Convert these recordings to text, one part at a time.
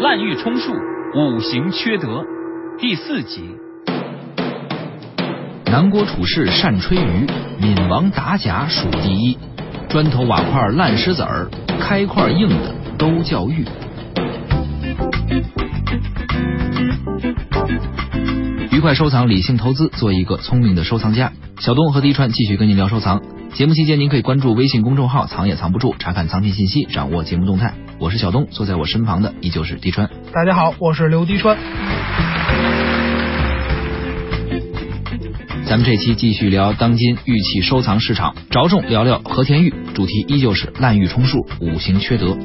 滥竽充数，五行缺德。第四集，南郭处士善吹竽，闽王打假数第一。砖头瓦块烂石子儿，开块硬的都叫玉。愉快收藏，理性投资，做一个聪明的收藏家。小东和滴川继续跟您聊收藏。节目期间，您可以关注微信公众号“藏也藏不住”，查看藏品信息，掌握节目动态。我是小东，坐在我身旁的依旧是滴川。大家好，我是刘滴川。咱们这期继续聊当今玉器收藏市场，着重聊聊和田玉，主题依旧是滥竽充数，五行缺德。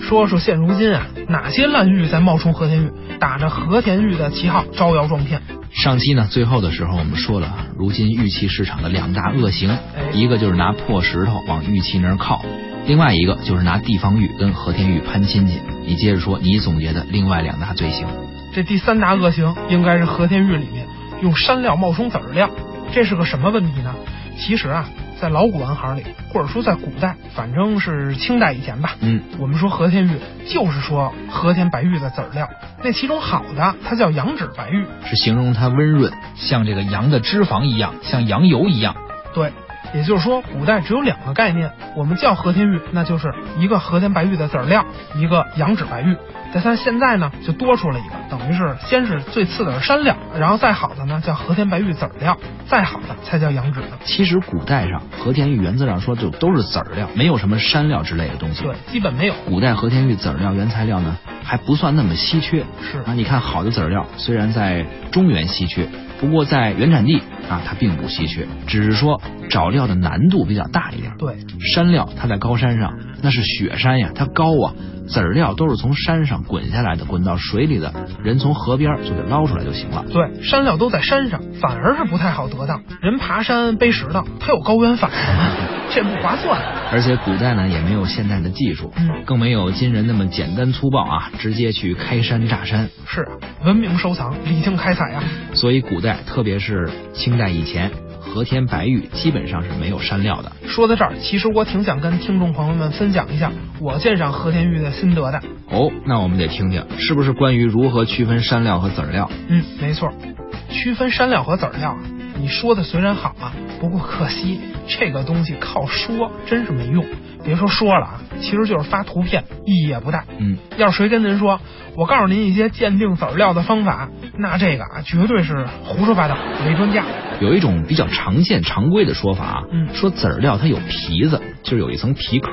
说说现如今啊，哪些滥竽在冒充和田玉，打着和田玉的旗号招摇撞骗？上期呢，最后的时候我们说了，啊如今玉器市场的两大恶行，一个就是拿破石头往玉器那儿靠，另外一个就是拿地方玉跟和田玉攀亲戚。你接着说，你总结的另外两大罪行。这第三大恶行应该是和田玉里面用山料冒充籽儿料，这是个什么问题呢？其实啊，在老古玩行里，或者说在古代，反正是清代以前吧，嗯，我们说和田玉就是说和田白玉的籽儿料，那其中好的它叫羊脂白玉，是形容它温润，像这个羊的脂肪一样，像羊油一样。对，也就是说，古代只有两个概念，我们叫和田玉，那就是一个和田白玉的籽儿料，一个羊脂白玉。但它现在呢，就多出了一个，等于是先是最次的是山料，然后再好的呢叫和田白玉籽儿料，再好的才叫羊脂的。其实古代上和田玉原则上说就都是籽儿料，没有什么山料之类的东西。对，基本没有。古代和田玉籽儿料原材料呢还不算那么稀缺。是啊，你看好的籽儿料虽然在中原稀缺，不过在原产地啊它并不稀缺，只是说找料的难度比较大一点。对，山料它在高山上，那是雪山呀，它高啊。籽儿料都是从山上滚下来的，滚到水里的，人从河边就给捞出来就行了。对，山料都在山上，反而是不太好得当。人爬山背石头，它有高原反应啊，这不划算。啊而且古代呢也没有现代的技术，嗯更没有今人那么简单粗暴啊，直接去开山炸山。是啊，文明收藏，理性开采啊。所以古代，特别是清代以前，和田白玉基本上是没有山料的。说到这儿，其实我挺想跟听众朋友们分享一下我鉴赏和田玉的心得的。哦，那我们得听听，是不是关于如何区分山料和籽儿料？嗯，没错，区分山料和籽儿料啊，你说的虽然好啊，不过可惜这个东西靠说真是没用。别说说了啊，其实就是发图片，意义也不大。嗯，要是谁跟您说，我告诉您一些鉴定籽儿料的方法，那这个啊，绝对是胡说八道，没专家。有一种比较常见常规的说法啊，嗯说籽儿料它有皮子，就是有一层皮壳，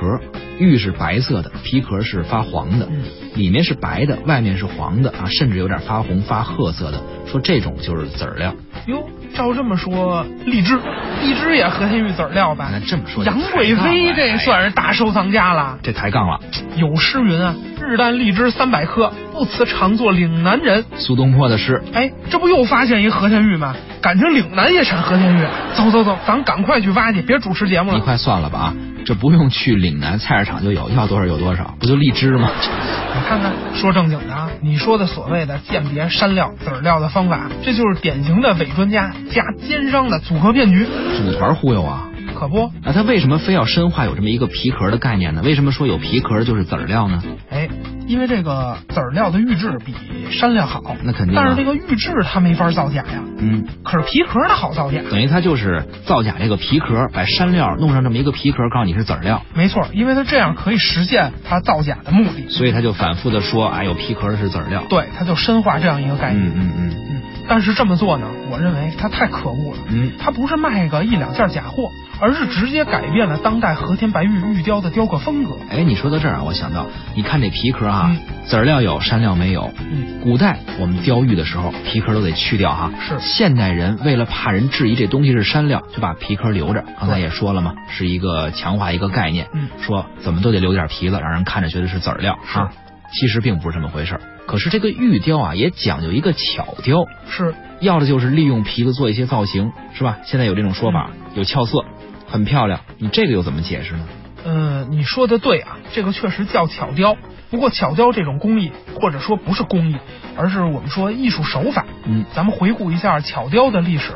玉是白色的，皮壳是发黄的，嗯里面是白的，外面是黄的啊，甚至有点发红发褐色的，说这种就是籽儿料。哟，照这么说，荔枝，荔枝也和田玉籽儿料吧？那这么说就杨抬贵杠了妃这哎算是大收藏家了。这抬杠了。有诗云啊：“日啖荔枝三百颗，不辞常作岭南人。苏东坡的诗”哎，这不又发现一和田玉吗？感情岭南也产和田玉。啊走走走，咱赶快去挖去，别主持节目你了。快算了吧啊！这不用去岭南菜市场就有，要多少有多少，不就荔枝吗？ 你看看，说正经的啊，你说的所谓的鉴别山料、籽儿料的方法，这就是典型的伪专家加奸商的组合骗局，组团忽悠啊！可不？那他为什么非要深化有这么一个皮壳的概念呢？为什么说有皮壳就是籽儿料呢？哎，因为这个籽儿料的玉质比山料好，那肯定啊但是这个玉质它没法造假呀，嗯，可是皮壳它好造假。等于他就是造假这个皮壳，把山料弄上这么一个皮壳，告诉你是籽儿料，没错，因为它这样可以实现它造假的目的。所以他就反复的说，哎，有皮壳是籽儿料。对，它就深化这样一个概念。嗯嗯嗯嗯，但是这么做呢，我认为它太可恶了。嗯，它不是卖个一两件假货，而是直接改变了当代和田白玉玉雕的雕刻风格。哎，你说到这儿啊，我想到，你看这皮壳啊，嗯籽儿料有，山料没有。嗯，古代我们雕玉的时候，皮壳都得去掉哈。是现代人为了怕人质疑这东西是山料，就把皮壳留着。刚才也说了嘛，是一个强化一个概念，嗯说怎么都得留点皮子，让人看着觉得是籽儿料是啊。其实并不是这么回事儿。可是这个玉雕啊，也讲究一个巧雕，是，要的就是利用皮子做一些造型，是吧？现在有这种说法，有俏色，很漂亮。你这个又怎么解释呢？嗯、你说的对啊，这个确实叫巧雕。不过巧雕这种工艺，或者说不是工艺，而是我们说艺术手法。嗯，咱们回顾一下巧雕的历史，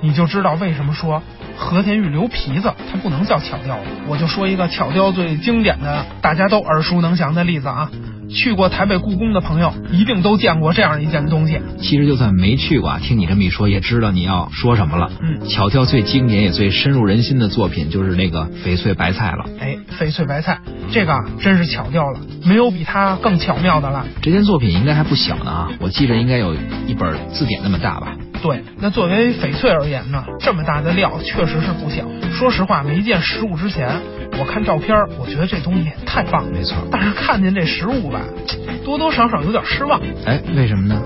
你就知道为什么说和田玉留皮子它不能叫巧雕了。我就说一个巧雕最经典的，大家都耳熟能详的例子啊，去过台北故宫的朋友一定都见过这样一件东西。其实就算没去过啊，听你这么一说，也知道你要说什么了。嗯，巧跳最经典也最深入人心的作品就是那个翡翠白菜了。哎，翡翠白菜这个啊真是巧妙了，没有比它更巧妙的了。这件作品应该还不小呢啊，我记着应该有一本字典那么大吧。对，那作为翡翠而言呢，这么大的料确实是不小。说实话，没见实物之前，我看照片儿，我觉得这东西太棒了。没错，但是看见这实物吧，多多少少有点失望。哎，为什么呢？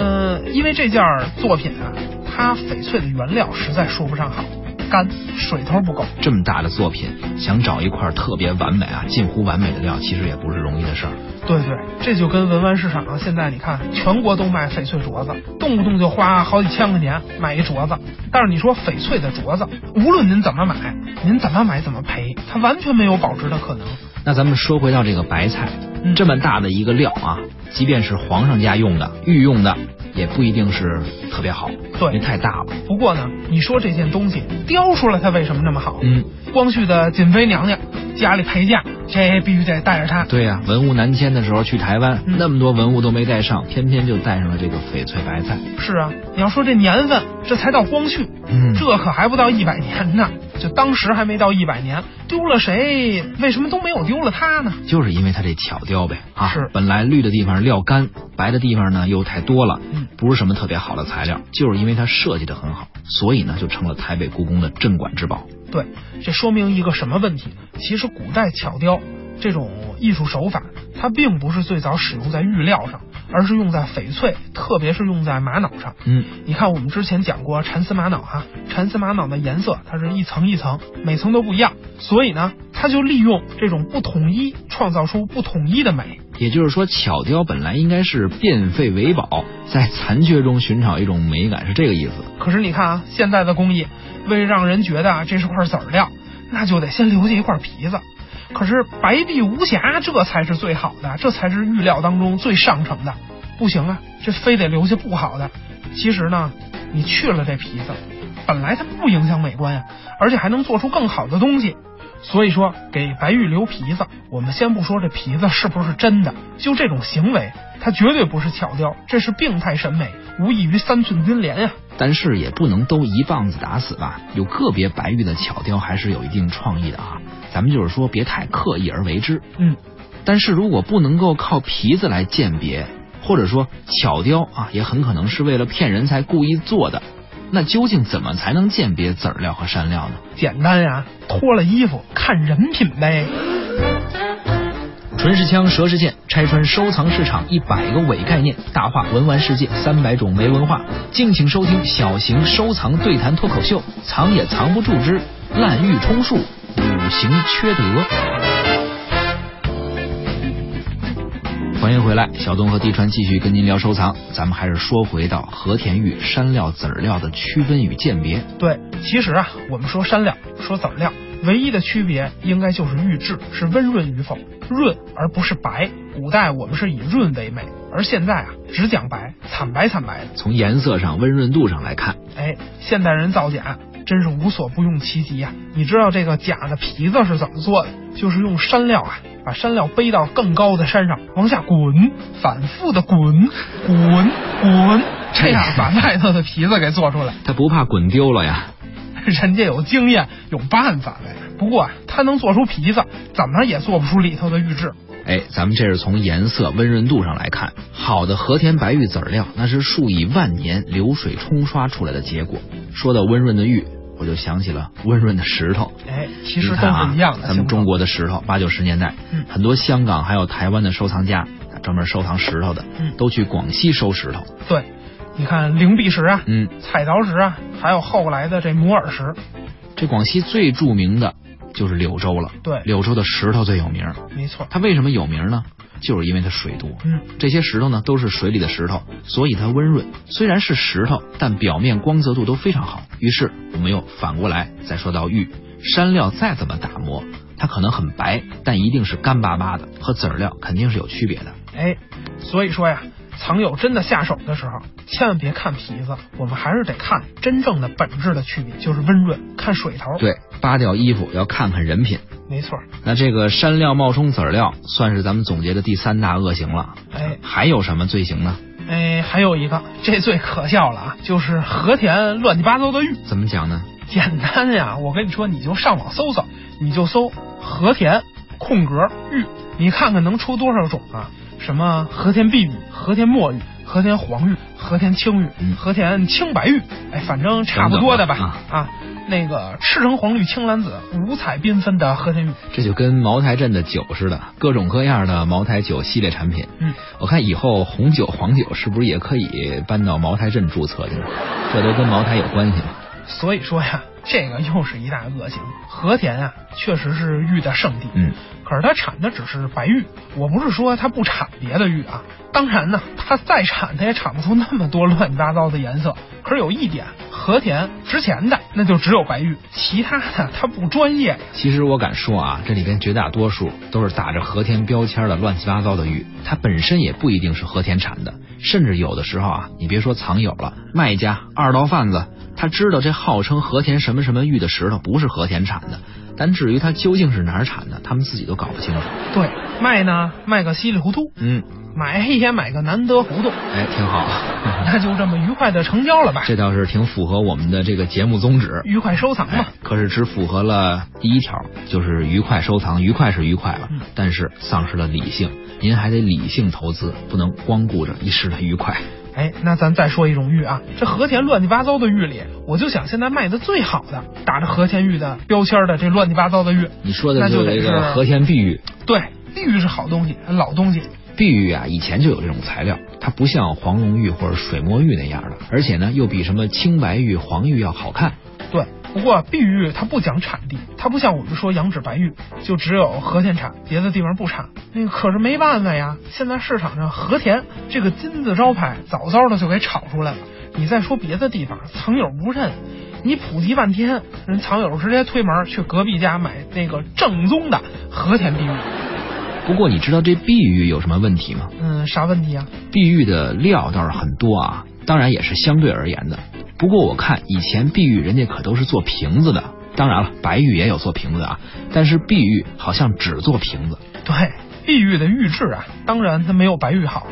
嗯、因为这件作品啊，它翡翠的原料实在说不上好，干，水头不够。这么大的作品，想找一块特别完美啊、近乎完美的料，其实也不是容易的事儿。对对，这就跟文玩市场上啊现在你看，全国都卖翡翠镯子，动不动就花好几千块钱买一镯子。但是你说翡翠的镯子，无论您怎么买，您怎么买怎么赔，它完全没有保值的可能。那咱们说回到这个白菜，嗯这么大的一个料啊，即便是皇上家用的、御用的，也不一定是特别好，因为对，太大了。不过呢，你说这件东西雕出来它为什么那么好？嗯，光绪的瑾妃娘娘家里陪嫁，这必须得带着它。对呀、文物南迁的时候去台湾，嗯那么多文物都没带上，偏偏就带上了这个翡翠白菜。是啊，你要说这年份，这才到光绪，嗯这可还不到一百年呢，就当时还没到一百年，丢了谁？为什么都没有丢了它呢？就是因为它这巧雕呗啊，是本来绿的地方料干，白的地方呢又太多了嗯，不是什么特别好的材料，就是因为它设计的很好，所以呢就成了台北故宫的镇馆之宝。对，这说明一个什么问题？其实古代巧雕这种艺术手法，它并不是最早使用在玉料上，而是用在翡翠，特别是用在玛瑙上。嗯，你看，我们之前讲过蚕丝玛瑙哈、蚕丝玛瑙的颜色它是一层一层，每层都不一样，所以呢，它就利用这种不统一，创造出不统一的美。也就是说，巧雕本来应该是变废为宝，在残缺中寻找一种美感，是这个意思。可是你看啊，现在的工艺为了让人觉得啊这是块籽儿料，那就得先留下一块皮子。可是白璧无瑕，这才是最好的，这才是预料当中最上乘的。不行啊，这非得留下不好的。其实呢，你去了这皮子，本来它不影响美观呀、而且还能做出更好的东西。所以说，给白玉留皮子，我们先不说这皮子是不是真的，就这种行为，它绝对不是巧雕，这是病态审美，无异于三寸金莲啊呀、但是也不能都一棒子打死吧，有个别白玉的巧雕还是有一定创意的啊。咱们就是说，别太刻意而为之。嗯，但是如果不能够靠皮子来鉴别，或者说巧雕啊，也很可能是为了骗人才故意做的。那究竟怎么才能鉴别籽儿料和山料呢？简单呀、脱了衣服看人品呗。纯是枪，蛇是剑，拆穿收藏市场一百个伪概念，大话文玩世界三百种没文化。敬请收听小型收藏对谈脱口秀，藏也藏不住之滥竽充数，五行缺德。欢迎回来，小东和地川继续跟您聊收藏。咱们还是说回到和田玉山料籽儿料的区分与鉴别。对，其实啊，我们说山料，说籽儿料，唯一的区别应该就是玉质是温润与否，润而不是白。古代我们是以润为美，而现在啊，只讲白，惨白惨白的。从颜色上、温润度上来看，哎，现代人造假真是无所不用其极呀、你知道这个假的皮子是怎么做的？就是用山料啊，把山料背到更高的山上，往下滚，反复的滚，滚，滚，这样把外头的皮子给做出来。它不怕滚丢了呀？人家有经验，有办法呗。不过啊，他能做出皮子，怎么也做不出里头的玉质。哎，咱们这是从颜色、温润度上来看，好的和田白玉籽儿料，那是数以万年流水冲刷出来的结果。说到温润的玉，我就想起了温润的石头。哎，其实你都看啊是一样的。咱们中国国的石头，八九十年代，嗯很多香港还有台湾的收藏家，专门收藏石头的，嗯都去广西收石头。对，你看灵璧石啊，嗯，彩陶石啊，还有后来的这摩尔石。这广西最著名的就是柳州了。对柳州的石头最有名儿。没错。它为什么有名呢？就是因为它水多。嗯，这些石头呢都是水里的石头，所以它温润。虽然是石头，但表面光泽度都非常好。于是我们又反过来再说到玉，山料再怎么打磨，它可能很白，但一定是干巴巴的，和籽儿料肯定是有区别的。哎，所以说呀，藏友真的下手的时候，千万别看皮子，我们还是得看真正的本质的区别，就是温润，看水头。，对，扒掉衣服要看看人品。没错儿。那这个山料冒充籽儿料，算是咱们总结的第三大恶行了。呃哎还有什么罪行呢？哎，还有一个，这最可笑了啊，就是和田乱七八糟的玉。怎么讲呢？简单呀，我跟你说，你就上网搜搜，你就搜和田空格玉，你看看能出多少种啊？什么和田碧玉、和田墨玉、和田黄玉、和田青玉嗯、和田青白玉，哎，反正差不多的吧等等吧啊。那个赤橙黄绿青蓝紫，五彩缤纷的和田玉，这就跟茅台镇的酒似的，各种各样的茅台酒系列产品。嗯，我看以后红酒、黄酒是不是也可以搬到茅台镇注册去了？这都跟茅台有关系吗？所以说呀，这个又是一大恶行。和田啊，确实是玉的圣地，嗯，可是它产的只是白玉。我不是说它不产别的玉啊，当然呢，它再产它也产不出那么多乱七八糟的颜色。可是有一点，和田值钱的那就只有白玉，其他的它不专业。其实我敢说啊，这里边绝大多数都是打着和田标签的乱七八糟的玉，它本身也不一定是和田产的，甚至有的时候啊，你别说藏友了，卖家、二道贩子，他知道这号称和田什么什么玉的石头不是和田产的，但至于它究竟是哪儿产的，他们自己都搞不清楚。对，卖呢卖个稀里糊涂，嗯，买也买个难得糊涂，哎，挺好， 那就这么愉快的成交了吧，这倒是挺符合我们的这个节目宗旨。愉快收藏吧。哎可是只符合了第一条，就是愉快收藏，愉快是愉快了嗯，但是丧失了理性，您还得理性投资，不能光顾着一时的愉快。哎，那咱再说一种玉啊，这和田乱七八糟的玉里，我就想现在卖的最好的，打着和田玉的标签的这乱七八糟的玉，你说的那就这得个是啊和田碧玉，对，碧玉是好东西，老东西，碧玉啊，以前就有这种材料，它不像黄龙玉或者水墨玉那样的，而且呢，又比什么青白玉、黄玉要好看。对。不过碧玉它不讲产地，它不像我们说羊脂白玉，就只有和田产，别的地方不产。那个可是没办法呀，现在市场上和田这个金字招牌早早的就给炒出来了。你再说别的地方，藏友不认，你普及半天，人藏友直接推门去隔壁家买那个正宗的和田碧玉。不过你知道这碧玉有什么问题吗？嗯，啥问题啊？碧玉的料倒是很多啊，当然也是相对而言的。不过我看以前碧玉人家可都是做瓶子的，当然了，白玉也有做瓶子的啊，但是碧玉好像只做瓶子。对，碧玉的玉质啊，当然它没有白玉好，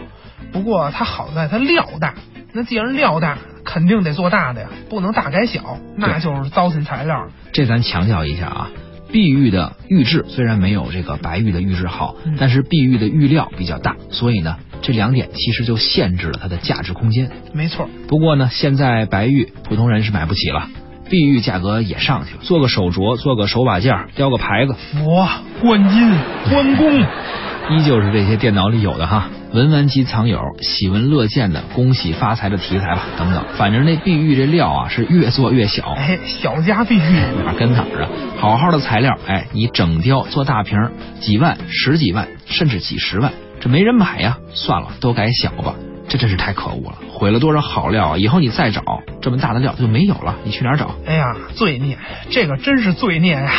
不过它好在它料大。那既然料大，肯定得做大的呀，不能大改小，那就是糟践材料。这咱强调一下啊，碧玉的玉质虽然没有这个白玉的玉质好嗯，但是碧玉的玉料比较大，所以呢，这两点其实就限制了它的价值空间。没错，不过呢，现在白玉普通人是买不起了。碧玉价格也上去了，做个手镯，做个手把件儿，雕个牌子，佛、观音、关公，依旧是这些电脑里有的哈，文玩机藏友喜闻乐见的恭喜发财的题材吧，等等，反正那碧玉这料啊是越做越小，哎，小家碧玉，哪儿跟哪儿啊？好好的材料，哎，你整雕做大瓶儿，几万、十几万，甚至几十万，这没人买呀，算了，都改小吧。这真是太可恶了，毁了多少好料啊！以后你再找这么大的料就没有了，你去哪儿找？哎呀，罪孽，这个真是罪孽呀！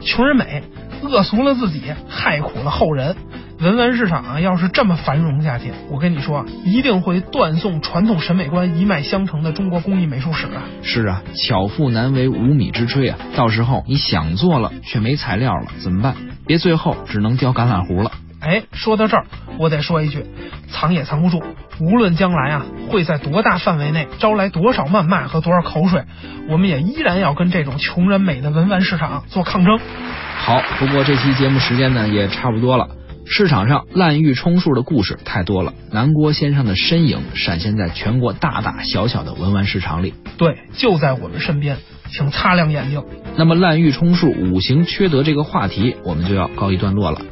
穷人美，恶俗了自己，害苦了后人。文玩市场啊，要是这么繁荣下去，我跟你说啊，一定会断送传统审美观一脉相承的中国工艺美术史啊！是啊，巧妇难为无米之炊啊！到时候你想做了却没材料了，怎么办？别最后只能雕橄榄核了。哎，说到这儿，我得说一句，藏也藏不住。无论将来啊会在多大范围内招来多少谩骂和多少口水，我们也依然要跟这种穷人美的文玩市场做抗争。好，不过这期节目时间呢也差不多了。市场上滥竽充数的故事太多了，南郭先生的身影闪现在全国大大小小的文玩市场里。对，就在我们身边，请擦亮眼睛。那么滥竽充数、五行缺德这个话题，我们就要告一段落了。